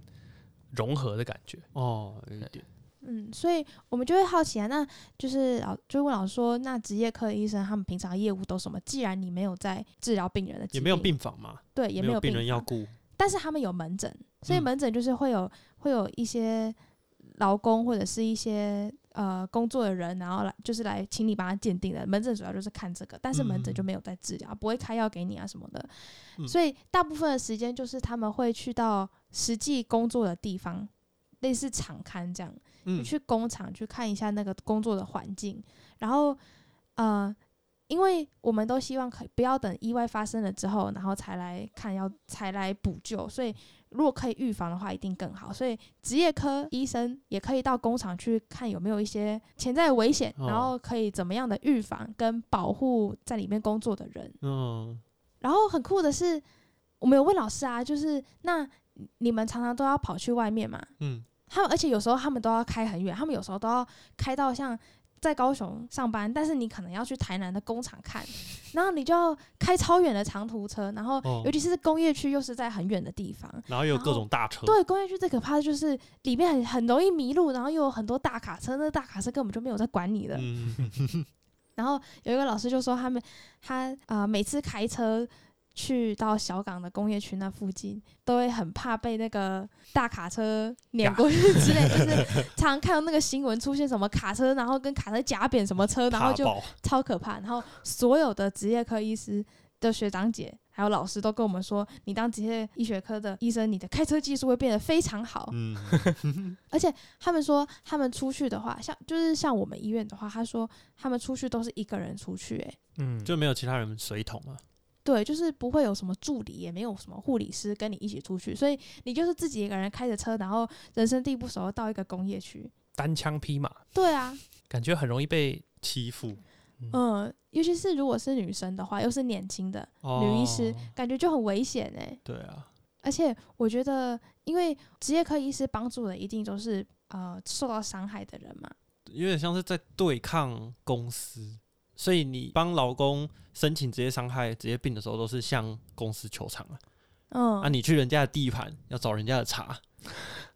Speaker 1: 融合的感觉。
Speaker 3: 哦，有一点。
Speaker 2: 嗯，所以我们就会好奇啊，那就是老就问老师说，那职业科的医生他们平常业务都什么？既然你没有在治疗病人的疾
Speaker 3: 也没有病房嘛，
Speaker 2: 对，也
Speaker 3: 没
Speaker 2: 有
Speaker 3: 病人要
Speaker 2: 房
Speaker 3: 顾。
Speaker 2: 但是他们有门诊，所以
Speaker 3: 嗯
Speaker 2: 门诊就是会有、会有一些劳工或者是一些呃工作的人，然后来就是来请你帮他鉴定的。门诊主要就是看这个，但是门诊就
Speaker 3: 嗯
Speaker 2: 没有在治疗，不会开药给你啊什么的。
Speaker 3: 嗯
Speaker 2: 所以大部分的时间就是他们会去到实际工作的地方。类似厂刊这样，就
Speaker 3: 嗯，
Speaker 2: 去工厂去看一下那个工作的环境，然后呃，因为我们都希望可以不要等意外发生了之后，然后才来看要才来补救，所以如果可以预防的话，一定更好。所以职业科医生也可以到工厂去看有没有一些潜在的危险，
Speaker 3: 哦
Speaker 2: 然后可以怎么样的预防跟保护在里面工作的人。
Speaker 3: 嗯，
Speaker 2: 然后很酷的是，我们有问老师啊，就是那你们常常都要跑去外面嘛，
Speaker 3: 嗯，
Speaker 2: 他们而且有时候他们都要开很远，他们有时候都要开到像在高雄上班，但是你可能要去台南的工厂 看，然后你就要开超远的长途车，然后
Speaker 3: 哦
Speaker 2: 尤其是工业区又是在很远的地方。
Speaker 3: 然后又有
Speaker 2: 然
Speaker 3: 各
Speaker 2: 后
Speaker 3: 种大车，
Speaker 2: 对，工业区最可怕的就是里面很很容易迷路，然后又有很多大卡车，那大卡车根本就没有在管你的。
Speaker 3: 嗯，
Speaker 2: 然后有一个老师就说他们他啊、呃每次开车去到小港的工业区那附近，都会很怕被那个大卡车碾过去之类，就是 常常看到那个新闻出现什么卡车，然后跟卡车夹扁什么车，然后
Speaker 3: 怕
Speaker 2: 就
Speaker 3: 爆
Speaker 2: 超可怕。然后所有的职业科医师的学长姐。还有老师都跟我们说，你当职业医学科的医生，你的开车技术会变得非常好。
Speaker 3: 嗯，
Speaker 2: 而且他们说，他们出去的话，像就是像我们医院的话，他说他们出去都是一个人出去、欸，
Speaker 1: 嗯，
Speaker 3: 就没有其他人随同啊。
Speaker 2: 对，就是不会有什么助理，也没有什么护理师跟你一起出去，所以你就是自己一个人开着车，然后人生地不熟到一个工业区。
Speaker 1: 单枪匹马，
Speaker 2: 对啊，
Speaker 1: 感觉很容易被
Speaker 3: 欺负
Speaker 2: 嗯，尤其是如果是女生的话，又是年轻的女医师，
Speaker 3: 哦
Speaker 2: 感觉就很危险哎、
Speaker 3: 对啊，
Speaker 2: 而且我觉得，因为职业科医师帮助的一定都是呃受到伤害的人嘛。
Speaker 3: 有点像是在对抗公司，所以你帮老公申请职业伤害、职业病的时候，都是向公司求偿啊。
Speaker 2: 嗯，
Speaker 3: 啊，你去人家的地盘要找人家的茬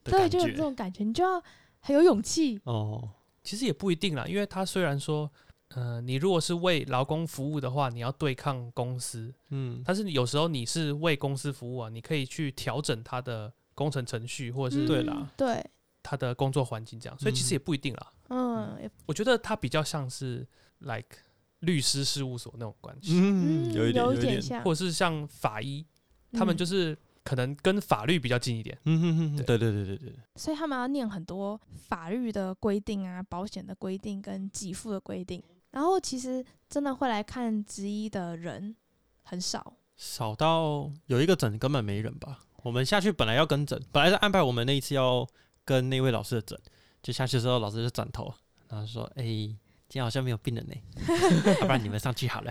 Speaker 3: 的
Speaker 2: 对，
Speaker 3: 感
Speaker 2: 就有这
Speaker 3: 觉。
Speaker 2: 种感觉，你就要很有勇气。
Speaker 3: 哦，
Speaker 1: 其实也不一定啦，因为他虽然说，呃，你如果是为劳工服务的话，你要对抗公司，
Speaker 3: 嗯，
Speaker 1: 但是有时候你是为公司服务啊，你可以去调整他的工程程序或者
Speaker 2: 嗯
Speaker 1: 是
Speaker 3: 对啦，
Speaker 2: 对，
Speaker 1: 他的工作环境这样，所以其实也不一定啦。
Speaker 2: 嗯，也
Speaker 1: 我觉得他比较像是 like 律师事务所那种关系，
Speaker 3: 嗯，有一点，
Speaker 2: 有
Speaker 3: 一
Speaker 2: 点
Speaker 3: 点，
Speaker 2: 像，
Speaker 1: 或者是像法医，他们
Speaker 2: 嗯
Speaker 1: 就是可能跟法律比较近一点。
Speaker 3: 嗯哼哼哼，
Speaker 1: 对
Speaker 3: 对对对对对，
Speaker 2: 所以他们要念很多法律的规定啊、保险的规定跟给付的规定。然后其实真的会来看职医的人很少，
Speaker 3: 少到有一个诊根本没人吧？我们下去本来要跟诊，本来是安排我们那一次要跟那位老师的诊，就下去的时候老师就转头，然后说：“哎、今天好像没有病人呢、 要不然你们上去 好了。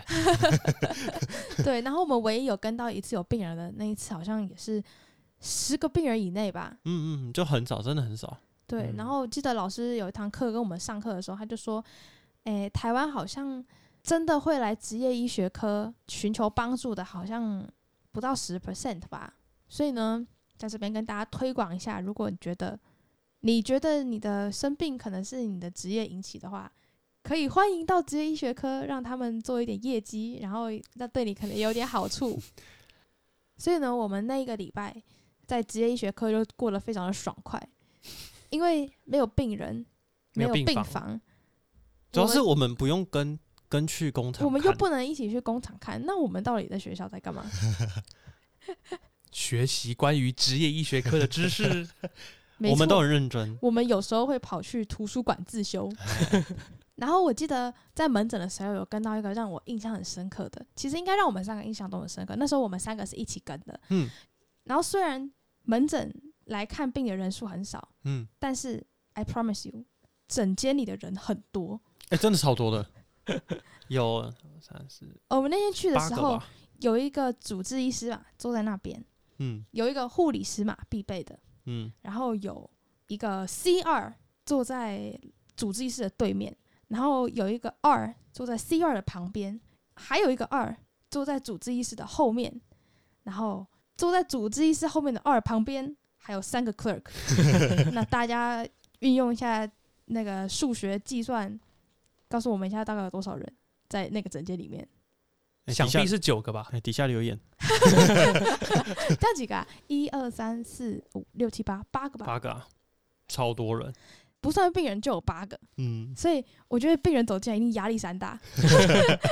Speaker 2: 对。然后我们唯一有跟到一次有病人的那一次，好像也是十个病人以内吧”，
Speaker 3: 嗯嗯，就很少，真的很少。
Speaker 2: 对。然
Speaker 1: 嗯
Speaker 2: 后记得老师有一堂课跟我们上课的时候，他就说：“诶、台湾好像真的会来职业医学科寻求帮助的，好像不到十 percent 吧。”所以呢，在这边跟大家推广一下，如果你觉得你觉得你的生病可能是你的职业引起的话，可以欢迎到职业医学科，让他们做一点业绩，然后那对你可能有点好处。所以呢，我们那一个礼拜在职业医学科就过得非常的爽快，因为没有病人，
Speaker 1: 没有
Speaker 2: 有
Speaker 1: 病
Speaker 2: 病
Speaker 1: 房
Speaker 2: 房，
Speaker 3: 主要是
Speaker 2: 我
Speaker 3: 我们不用跟跟去工厂看，
Speaker 2: 我们又不能一起去工厂看，那我们到底在学校在干嘛？
Speaker 1: 学习关于职业医学科的知识，
Speaker 2: 没
Speaker 3: 我们都
Speaker 2: 错
Speaker 3: 很认真。
Speaker 2: 我们有时候会跑去图书馆自 修。然后我记得在门诊的时候有跟到一个让我印象很深刻的，其实应该让我们三个印象都很深刻。那时候我们三个是一起跟的，
Speaker 3: 嗯
Speaker 2: 然后虽然门诊来看病的人数很少，
Speaker 3: 嗯，
Speaker 2: 但是 I promise you，诊间里的人很多。
Speaker 3: 哎、真的超 多的，有三四
Speaker 2: 哦我们那天去的
Speaker 3: 八
Speaker 2: 时
Speaker 3: 个
Speaker 2: 候，
Speaker 3: 吧。
Speaker 2: 有一个主治医师嘛坐在那边，
Speaker 3: 嗯
Speaker 2: 有一个护理师嘛必备的，
Speaker 3: 嗯，
Speaker 2: 然后有一个 C 二坐在主治医师的对面，然后有一个二坐在 C 二的旁边，还有一个二坐在主治医师的后面，然后坐在主治医师后面的二旁边还有三个 clerk。那大家运用一下那个数学计算，告诉我们一下大概有多少人在那个诊间里 面？
Speaker 3: 哎
Speaker 1: 想
Speaker 3: 底下
Speaker 1: 必是九个吧
Speaker 3: 哎、？底下留言
Speaker 2: 这样几个、啊？一二三四五六七八，八个吧，
Speaker 3: 八个、啊，超多人。
Speaker 2: 不算病人就有八个。
Speaker 3: 嗯，
Speaker 2: 所以我觉得病人走进来一定压力山大，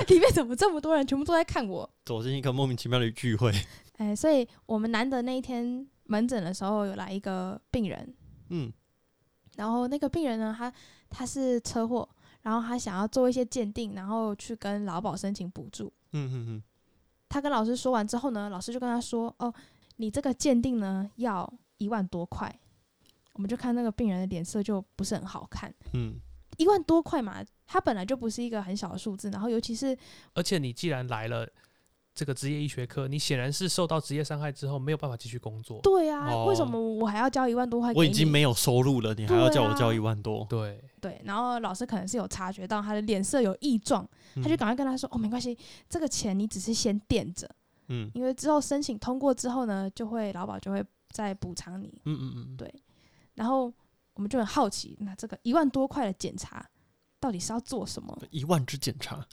Speaker 2: 里面怎么这么多人，全部都在看我？
Speaker 3: 走进一个莫名其妙的聚会。
Speaker 2: 哎、所以我们难得那一天门诊的时候有来一个病人，
Speaker 3: 嗯
Speaker 2: 然后那个病人呢，他他是车祸，然后他想要做一些鉴定，然后去跟劳保申请补助。
Speaker 3: 嗯嗯嗯，
Speaker 2: 他跟老师说完之后呢，老师就跟他说：“哦，你这个鉴定呢要一万多块。”我们就看那个病人的脸色就不是很好看，
Speaker 3: 嗯，
Speaker 2: 一万多块嘛，他本来就不是一个很小的数字，然后尤其是
Speaker 1: 而且你既然来了这个职业医学科，你显然是受到职业伤害之后没有办法继续工作。
Speaker 2: 对啊，
Speaker 3: 哦
Speaker 2: 为什么我还要交一万多块给你？
Speaker 3: 我已经没有收入了，你还要
Speaker 2: 对
Speaker 3: 叫我
Speaker 2: 啊
Speaker 3: 交一万多？
Speaker 1: 对，
Speaker 2: 对，然后老师可能是有察觉到他的脸色有异状，
Speaker 3: 嗯
Speaker 2: 他就赶快跟他说：“哦，没关系，这个钱你只是先垫着，
Speaker 3: 嗯
Speaker 2: 因为之后申请通过之后呢，就会劳保就会再补偿你。
Speaker 3: 嗯嗯嗯，
Speaker 2: 对”然后我们就很好奇，那这个一万多块的检查到底是要做什么？
Speaker 3: 一万只检查。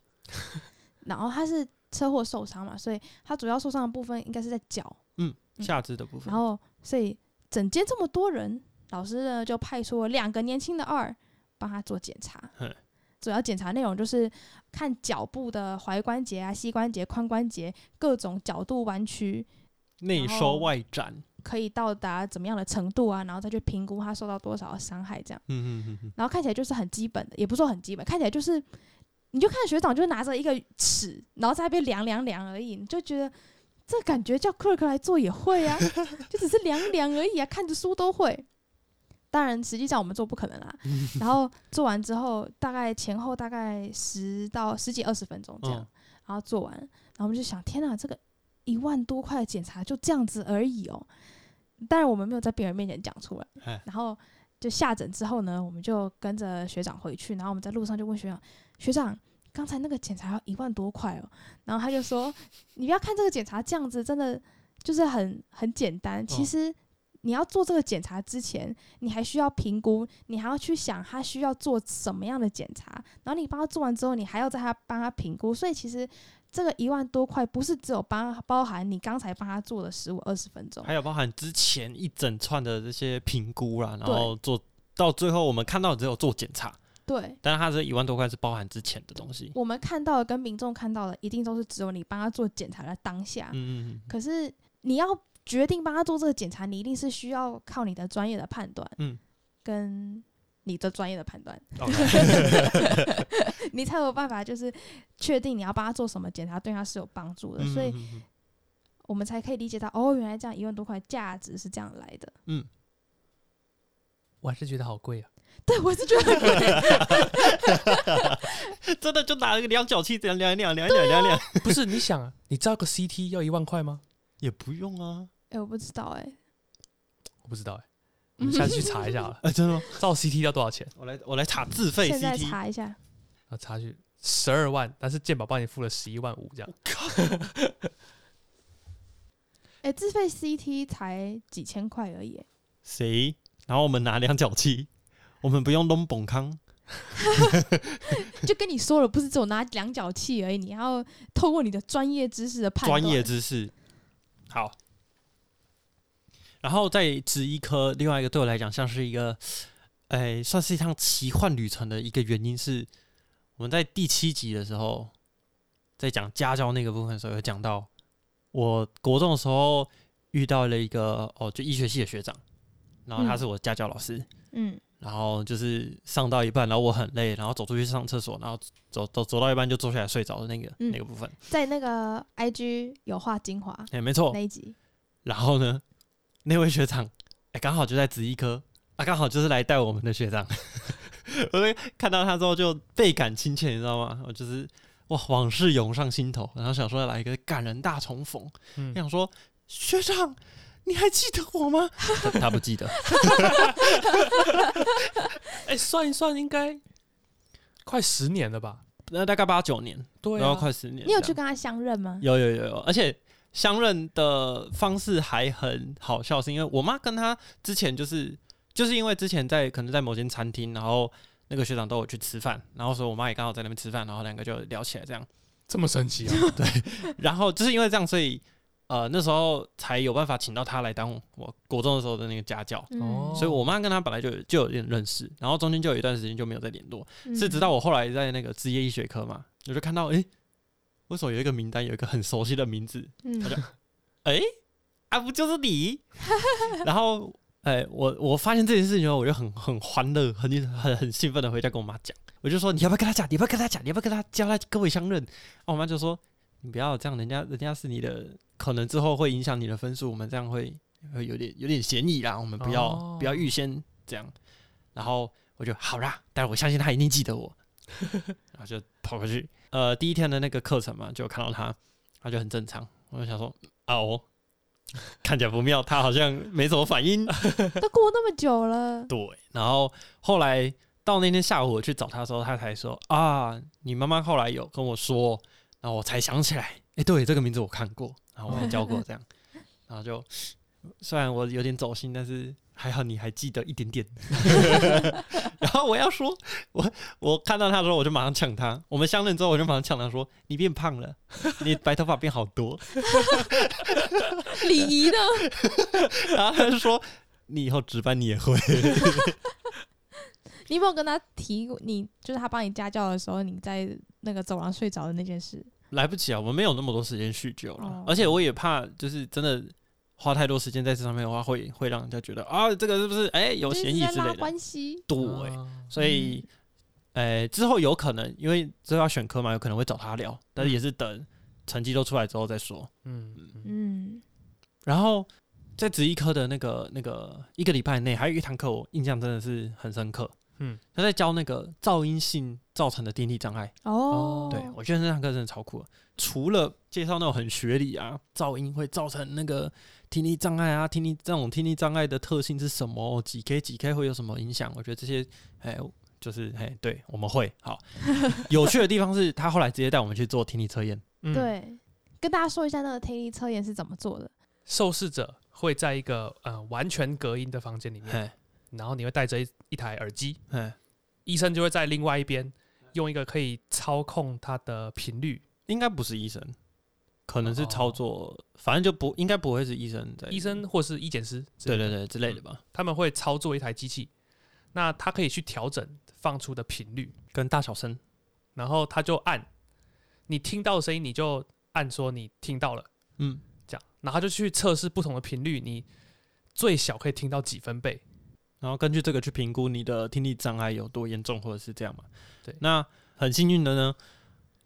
Speaker 2: 然后他是车祸受伤嘛，所以他主要受伤的部分应该是在脚，嗯
Speaker 3: 下肢的部分
Speaker 2: 然，后，所以整间这么多人，老师呢就派出了两个年轻的二帮他做检查
Speaker 3: 嘿。
Speaker 2: 主要检查内容就是看脚部的踝关节啊、膝关节、髋关节各种角度弯曲
Speaker 3: 内
Speaker 2: 然
Speaker 3: 收
Speaker 2: 后
Speaker 3: 外展。
Speaker 2: 可以到达怎么样的程度啊，然后再去评估他受到多少的伤害这样。
Speaker 3: 嗯嗯嗯
Speaker 2: 然后看起来就是很基本的，也不是说很基本，看起来就是你就看学长就拿着一个尺，然后在那边量量量而已，你就觉得这感觉叫 clerk 来做也会啊， 就只是量量而已啊，看着书都会。当然，实际上我们做不可能 啦。然后做完之后，大概前后大概十到十几二十分钟这样，
Speaker 3: 嗯
Speaker 2: 然后做完，然后我们就想，天哪，这个一万多块的检查就这样子而已哦。当然，我们没有在别人面前讲出来
Speaker 3: 哎。
Speaker 2: 然后就下诊之后呢，我们就跟着学长回去，然后我们在路上就问学长，学长。刚才那个检查要一万多块哦，然后他就说：“你不要看这个检查这样子，真的就是很很简单。其实你要做这个检查之前，你还需要评估，你还要去想他需要做什么样的检查，然后你帮他做完之后，你还要在他帮他评估。所以其实这个一万多块不是只有帮包含你刚才帮他做的十五二十分钟
Speaker 3: 嗯，，还有包含之前一整串的这些评估啦，然
Speaker 2: 对
Speaker 3: 后做到最后，我们看到只有做检查，
Speaker 2: 对。”
Speaker 3: 但是它这一万多块是包含之前的东西。
Speaker 2: 我们看到的跟民众看到的，一定都是只有你帮他做检查的当下。
Speaker 3: 嗯嗯嗯
Speaker 2: 可是你要决定帮他做这个检查，你一定是需要靠你的专业的判断，
Speaker 3: 嗯，哦
Speaker 2: 跟你的专业的判断，
Speaker 3: ，OK，
Speaker 2: 你才有办法就是确定你要帮他做什么检查对他是有帮助的，
Speaker 3: 嗯
Speaker 2: 所以
Speaker 3: 嗯嗯嗯
Speaker 2: 我们才可以理解到哦，原来这样一万多块价值是这样来 的。
Speaker 1: 我还是觉得好贵啊。
Speaker 2: 对我是觉得很贵，
Speaker 3: 嗯真的就拿了个量角器量量一量量一量量一量，
Speaker 1: 不是你想啊，你知道个 CT 要一万块吗？
Speaker 3: 也不用啊。。
Speaker 2: 哎、我不知道哎、
Speaker 1: 我不知道哎、我们下次去查一下好了
Speaker 3: 哎，真的吗？
Speaker 1: 照 CT 要多少钱？
Speaker 3: 我来我来查自费
Speaker 2: 现在
Speaker 3: CT，
Speaker 2: 查一下，
Speaker 1: 然后查去十二万，但是健保帮你付了十一万五这样。
Speaker 2: 哎、自费 CT 才几千块而已、哎
Speaker 3: 谁？然后我们拿量角器， 我们不用弄蹦康。
Speaker 2: 就跟你说了，不是只有拿量角器而已，你还要透过你的专业知识的判断。
Speaker 3: 专业知识。好，然后在职医科，另外一个对我来讲像是一个，哎、算是一趟奇幻旅程的一个原因是，我们在第七集的时候，在讲家教那个部分的时候，有讲到，我国中的时候遇到了一个哦，就医学系的学长，然后他是我家教老师，
Speaker 2: 嗯，
Speaker 3: 然后就是上到一半，然后我很累，然后走出去上厕所，然后走走走到一半就坐下来睡着的那个、
Speaker 2: 嗯
Speaker 3: 那个部分。
Speaker 2: 在那个 IG 有画精华
Speaker 3: 哎、没错
Speaker 2: 那。一集，
Speaker 3: 然后呢，那位学长，哎、刚好就在职一科，啊，刚好就是来带我们的学长。 我会看到他之后就倍感亲切，你知道吗？我就是哇，往事涌上心头，然后想说来一个感人大重逢，
Speaker 1: 嗯
Speaker 3: 想说学长，你还记得我吗？他他不记得，
Speaker 1: 哎、算一算应该快十年了吧？
Speaker 3: 那大概八九年，
Speaker 1: 对
Speaker 3: 然后
Speaker 1: 啊，
Speaker 3: 快十年。
Speaker 2: 你有
Speaker 3: 这
Speaker 2: 去
Speaker 3: 样
Speaker 2: 跟他相认吗？
Speaker 3: 有有有有，而且相认的方式还很好笑，是因为我妈跟她之前就是就是因为之前在可能在某间餐厅，然后那个学长都有去吃饭，然后所以我妈也刚好在那边吃饭，然后两个就聊起来这样，
Speaker 1: 这么神奇啊！
Speaker 3: 然后就是因为这样，所以呃那时候才有办法请到她来当我国中的时候的那个家教。
Speaker 2: 嗯
Speaker 1: 哦
Speaker 3: 所以我妈跟她本来就有就有点认识，然后中间就有一段时间就没有再联络，
Speaker 2: 嗯
Speaker 3: 是直到我后来在那个职业医学科嘛，我就看到诶，为什么有一个名单有一个很熟悉的名字，
Speaker 2: 嗯
Speaker 3: 我就啊，不就是你？ 然后，哎、我我发现这件事情后，我就很很欢乐，很很很兴奋的回家跟我妈讲，我就说你要不要跟她讲，你要不要跟她讲，你要不要跟她教她各位相认？然后我妈就说你不要这样，人家人家是你的，可能之后会影响你的分数，我们这样会会有点有点嫌疑啦，我们不要、
Speaker 1: 哦
Speaker 3: 不要预先这样。然后我就好啦，但我相信她一定记得我，然后就跑过去。呃，第一天的那个课程嘛，就有看到她，她就很正常，我就想说啊哦。看起来不妙，他好像没什么反 应。
Speaker 2: 都过那么久了，
Speaker 3: 对，然后后来到那天下午我去找他的时候，他才说啊，你妈妈后来有跟我说，然后我才想起来，哎、对，这个名字我看过，然后我还教过这样， 然后就虽然我有点走心，但是还好你还记得一点点。 然后我要说，我我看到他的时候，我就马上抢他。我们相认之后，我就马上抢他说，你变胖了，你白头发变好多。
Speaker 2: 礼仪呢？
Speaker 3: 然后他就说，你以后值班你也会。
Speaker 2: 你有没有跟他提过？你就是他帮你家教的时候，你在那个走廊睡着的那件事？
Speaker 3: 来不及啊，我们没有那么多时间酗酒了，
Speaker 2: 哦
Speaker 3: 而且我也怕，就是真的花太多时间在这上面的话会，会让人家觉得啊，这个是不是哎、有
Speaker 2: 就是
Speaker 3: 嫌疑
Speaker 2: 在
Speaker 3: 之
Speaker 2: 拉
Speaker 3: 类的？
Speaker 2: 关嗯系，
Speaker 3: 对，
Speaker 1: 哦
Speaker 3: 所以，哎、之后有可能因为之后要选科嘛，有可能会找他聊，但是也是等成绩都出来之后再说。
Speaker 1: 嗯，
Speaker 2: 嗯，
Speaker 3: 然后在职一科的那个那个一个礼拜内，还有一堂课我印象真的是很深刻，嗯
Speaker 1: 嗯，
Speaker 3: 他在教那个噪音性造成的听力障碍。
Speaker 2: 哦，
Speaker 3: 对，嗯我觉得那堂课真的超酷的。除了介绍那种很学理啊，噪音会造成那个听力障碍啊，听力这种听力障碍的特性是什么？几 K 几 K 会有什么影响？我觉得这些，哎，就是哎，对，我们会好。有趣的地方是他后来直接带我们去做听力测验，
Speaker 1: 嗯，
Speaker 2: 对，跟大家说一下那个听力测验是怎么做的。
Speaker 1: 受试者会在一个呃完全隔音的房间里面，
Speaker 3: 哎
Speaker 1: 然后你会带着一一台耳机，
Speaker 3: 哎，
Speaker 1: 医生就会在另外一边用一个可以操控它的频率，
Speaker 3: 应该不是医生，可能是
Speaker 1: 哦
Speaker 3: 操作，反正就不应该不会是医生在
Speaker 1: 医生嗯或是医检师，
Speaker 3: 对对，对之类的吧，
Speaker 1: 他们会操作一台机器，那它可以去调整放出的频率，
Speaker 3: 跟大小声
Speaker 1: 然后他就按你听到的声音，你就按说你听到了，
Speaker 3: 嗯，
Speaker 1: 这样，然后他就去测试不同的频率，你最小可以听到几分贝，
Speaker 3: 然后根据这个去评估你的听力障碍有多严重，或者是这样嘛。
Speaker 1: 对
Speaker 3: 那很幸运的呢，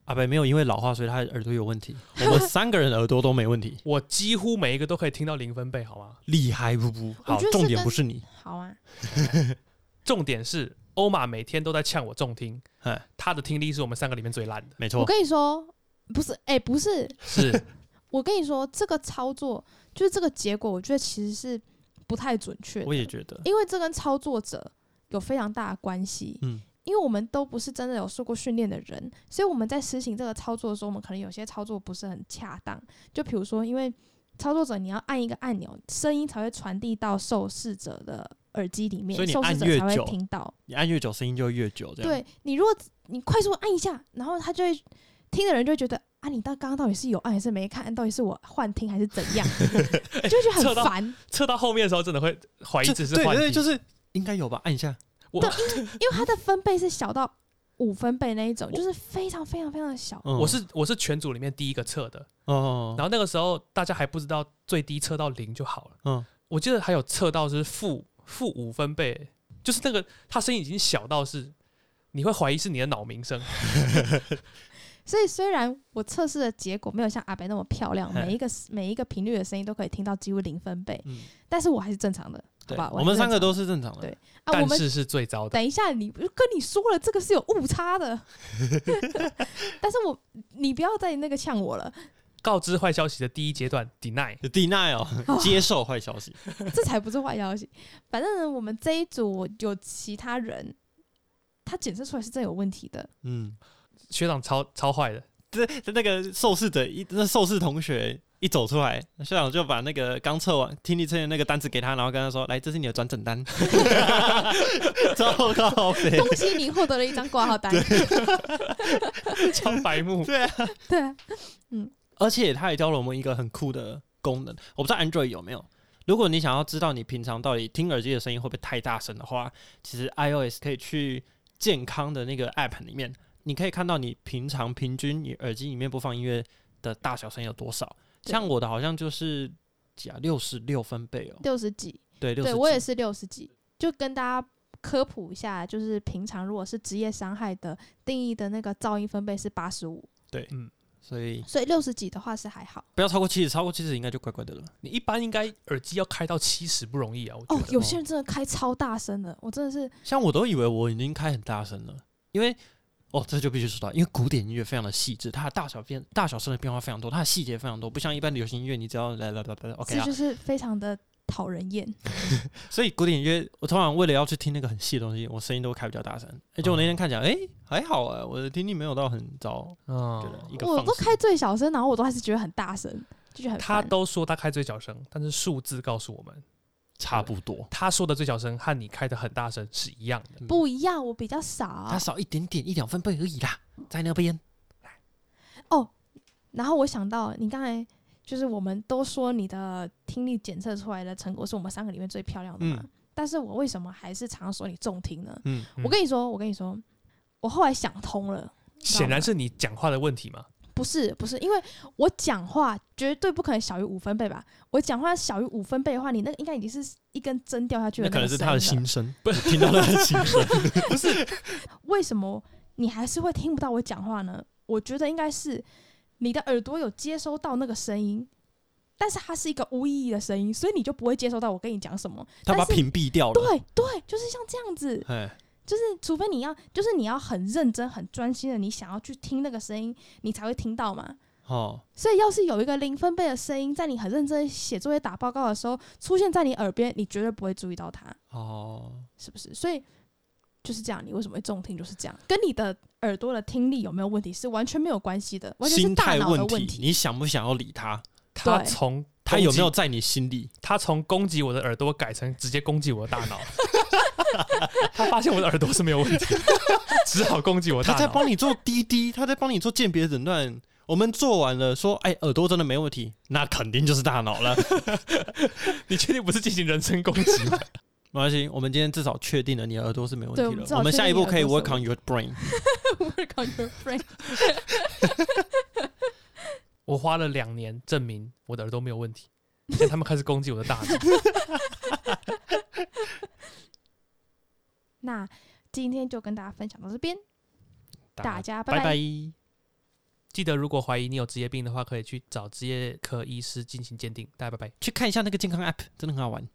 Speaker 3: 阿北没有因为老化，所以他的耳朵有问题。我们三个人的耳朵都没问题，
Speaker 1: 我几乎每一个都可以听到零分贝，好吗？
Speaker 3: 厉害不不？好
Speaker 2: 我觉得，是
Speaker 3: 重点
Speaker 2: 跟
Speaker 3: 不是你，
Speaker 2: 好啊，
Speaker 1: 重点是欧玛每天都在呛我重听
Speaker 3: 哎，
Speaker 1: 他的听力是我们三个里面最烂的，
Speaker 3: 没
Speaker 2: 我
Speaker 3: 错，
Speaker 2: 跟你说，不是，哎、不是，
Speaker 1: 是
Speaker 2: 我跟你说，这个操作就是这个结果，我觉得其实是不太准确的
Speaker 3: 我也觉得，
Speaker 2: 因为这跟操作者有非常大的关系。
Speaker 3: 嗯，
Speaker 2: 因为我们都不是真的有受过训练的人，所以我们在实行这个操作的时候，我们可能有些操作不是很恰当。就比如说，因为操作者你要按一个按钮，声音才会传递到受试者的耳机里面，
Speaker 3: 所以你
Speaker 2: 受试
Speaker 3: 按
Speaker 2: 者
Speaker 3: 越
Speaker 2: 才会
Speaker 3: 久
Speaker 2: 听到。
Speaker 3: 你按越久声音就会越久，这样。
Speaker 2: 对你，如果你快速按一下，然后他就会听的人就会觉得啊，你到刚刚到底是有按还是没看，到底是我幻听还是怎 样，就会觉得
Speaker 1: 测
Speaker 2: 很
Speaker 1: 到
Speaker 2: 烦。
Speaker 1: 测到后面的时候真的会怀疑
Speaker 3: 这，
Speaker 1: 只是
Speaker 3: 对
Speaker 1: 幻听，
Speaker 3: 对对，就是应该有吧，按一下。
Speaker 1: 我
Speaker 2: 对因为它的分贝是小到五分贝那一种，
Speaker 1: 我
Speaker 2: 就是非常非常非常小。
Speaker 3: 嗯
Speaker 1: 我是我是全组里面第一个测的，
Speaker 3: 哦
Speaker 1: 然，后那个时候大家还不知道最低测到零就好了，
Speaker 3: 嗯
Speaker 1: 我记得还有测到是负负五分贝，就是那个他声音已经小到是你会怀疑是你的脑鸣声，
Speaker 2: 啊所以虽然我测试的结果没有像阿北那么漂亮，
Speaker 3: 嘿
Speaker 2: 每一个每一个频率的声音都可以听到几乎零分贝，
Speaker 3: 嗯，
Speaker 2: 但是我还是正常的，好
Speaker 3: 对，
Speaker 2: 吧？
Speaker 3: 我们三个都
Speaker 2: 是
Speaker 3: 是正常的。
Speaker 2: 对啊，我
Speaker 1: 但
Speaker 2: 们
Speaker 1: 是是最糟的。
Speaker 2: 等一下，你我就跟你说了，这个是有误差的， 但是我你不要再那个呛我了，
Speaker 1: 告知坏消息的第一阶段 deny，
Speaker 3: deny 哦，接受坏消息。
Speaker 2: 这才不是坏消息。反正呢，我们这一组有其他人，他检测出来是真有问题的，
Speaker 3: 嗯，
Speaker 1: 学长超超坏的，
Speaker 3: 这那个受试者一那受试同学一走出来，校长就把那个刚测完听力测验那个单子给他，然后跟他说：“来，这是你的转诊单。” 糟糕呗！
Speaker 2: 恭喜你获得了一张挂号单。
Speaker 1: 超白 目。
Speaker 3: 对啊，
Speaker 2: 对啊，
Speaker 3: 而且他也教了我们一个很酷的功能，我不知道 Android 有没有。如果你想要知道你平常到底听耳机的声音会不会太大声的话，其实 iOS 可以去健康的那个 App 里面，你可以看到你平常平均你耳机里面播放音乐的大小声有多少。
Speaker 2: 对
Speaker 3: 像我的好像就是几啊，六十六分贝哦，
Speaker 2: 六十几，
Speaker 3: 对，六十。
Speaker 2: 对我也是六十几，就跟大家科普一下，就是平常如果是职业伤害的定义的那个噪音分贝是八十五，
Speaker 1: 嗯，
Speaker 3: 所以
Speaker 2: 所以六十几的话是还好。
Speaker 3: 不要超过七十，超过七十应该就怪怪的了。
Speaker 1: 你一般应该耳机要开到七十不容易啊，我
Speaker 2: 哦
Speaker 1: 觉，得。
Speaker 2: 有些人真的开超大声的，我真的是
Speaker 3: 像我都以为我已经开很大声了，因为哦，这就必须说到，因为古典音乐非常的细致，它的大小变大小声的变化非常多，它的细节非常多，不像一般流行音乐，你只要来来来来 OK
Speaker 2: 这
Speaker 3: 啊
Speaker 2: 就。是非常的讨人厌。
Speaker 3: 所以古典音乐，我通常为了要去听那个很细的东西，我声音都开比较大声。而且我那天看起来，哎、还好啊，我的听力没有到很糟，觉得一
Speaker 1: 嗯，
Speaker 3: 个
Speaker 2: 我
Speaker 3: 放
Speaker 2: 都
Speaker 3: 肆
Speaker 2: 开最小声，然后我都还是觉得很大声，就觉得很
Speaker 1: 他
Speaker 2: 烦。
Speaker 1: 都说他开最小声，但是数字告诉我们，
Speaker 3: 差不多，
Speaker 1: 他说的最小声和你开的很大声是一样的。
Speaker 2: 不一样，我比较少
Speaker 3: 它。少一点点一两分贝而已啦，在那边。
Speaker 2: 然后我想到你刚才就是我们都说你的听力检测出来的成果是我们三个里面最漂亮的嘛，
Speaker 3: 嗯
Speaker 2: 但是我为什么还是常说你重听呢？
Speaker 3: 嗯，
Speaker 1: 嗯
Speaker 2: 我跟你说，我跟你说，我后来想通了，
Speaker 1: 显然是你讲话的问题嘛。
Speaker 2: 不是不是，因为我讲话绝对不可能小于五分贝吧？我讲话小于五分贝的话，你那个应该已经是一根针掉下去的
Speaker 3: 那可能
Speaker 2: 个
Speaker 3: 是
Speaker 2: 声音了。
Speaker 3: 他的心声，不是听到他的心声。
Speaker 2: 为什么你还是会听不到我讲话呢？我觉得应该是你的耳朵有接收到那个声音，但是它是一个无意义的声音，所以你就不会接收到我跟你讲什么。
Speaker 3: 他把
Speaker 2: 但是
Speaker 3: 它屏蔽掉了。
Speaker 2: 对对，就是像这样子，
Speaker 3: 哎，
Speaker 2: 就是嗯除非你要，就是你要很认真、很专心的，你想要去听那个声音，你才会听到嘛。
Speaker 3: 哦，
Speaker 2: 所以，要是有一个零分贝的声音，在你很认真写作业、打报告的时候出现在你耳边，你绝对不会注意到它。
Speaker 3: 哦，
Speaker 2: 是不是？所以就是这样，你为什么会重听就是这样，跟你的耳朵的听力有没有问题是完全没有关系的，完全是
Speaker 3: 心
Speaker 2: 大
Speaker 3: 态
Speaker 2: 脑的问
Speaker 3: 题，
Speaker 2: 题。
Speaker 3: 你想不想要理他？
Speaker 1: 他
Speaker 2: 对
Speaker 1: 从
Speaker 3: 他有没有
Speaker 1: 攻击？
Speaker 3: 在你心里？
Speaker 1: 他从攻击我的耳朵改成直接攻击我的大脑。 他发现我的耳朵是没有问题，只好攻击我的
Speaker 3: 他
Speaker 1: 大
Speaker 3: 在
Speaker 1: 脑。
Speaker 3: 帮你做滴滴， 他在帮你做鉴别诊断。我们做完了，说哎，耳朵真的没问题，那肯定就是 大脑了。
Speaker 1: 你确定不是进行人身攻击吗？
Speaker 3: 没关系，我们今天至少确定了你的耳朵是没问题
Speaker 2: 对我
Speaker 3: 了
Speaker 2: 们。至
Speaker 3: 我
Speaker 2: 少
Speaker 3: 们下一步可以
Speaker 2: 确定你的耳朵
Speaker 3: work on your brain。
Speaker 2: Work on your brain。
Speaker 1: 我花了两年证明我的耳朵没有问题，现在他们开始攻击我的大脑。
Speaker 2: 那今天就跟大家分享到这边，大家拜
Speaker 3: 拜拜。
Speaker 1: 记得，如果怀疑你有职业病的话，可以去找职业科医师进行鉴定。大家拜拜。
Speaker 3: 去看一下那个健康 app，真的很好玩。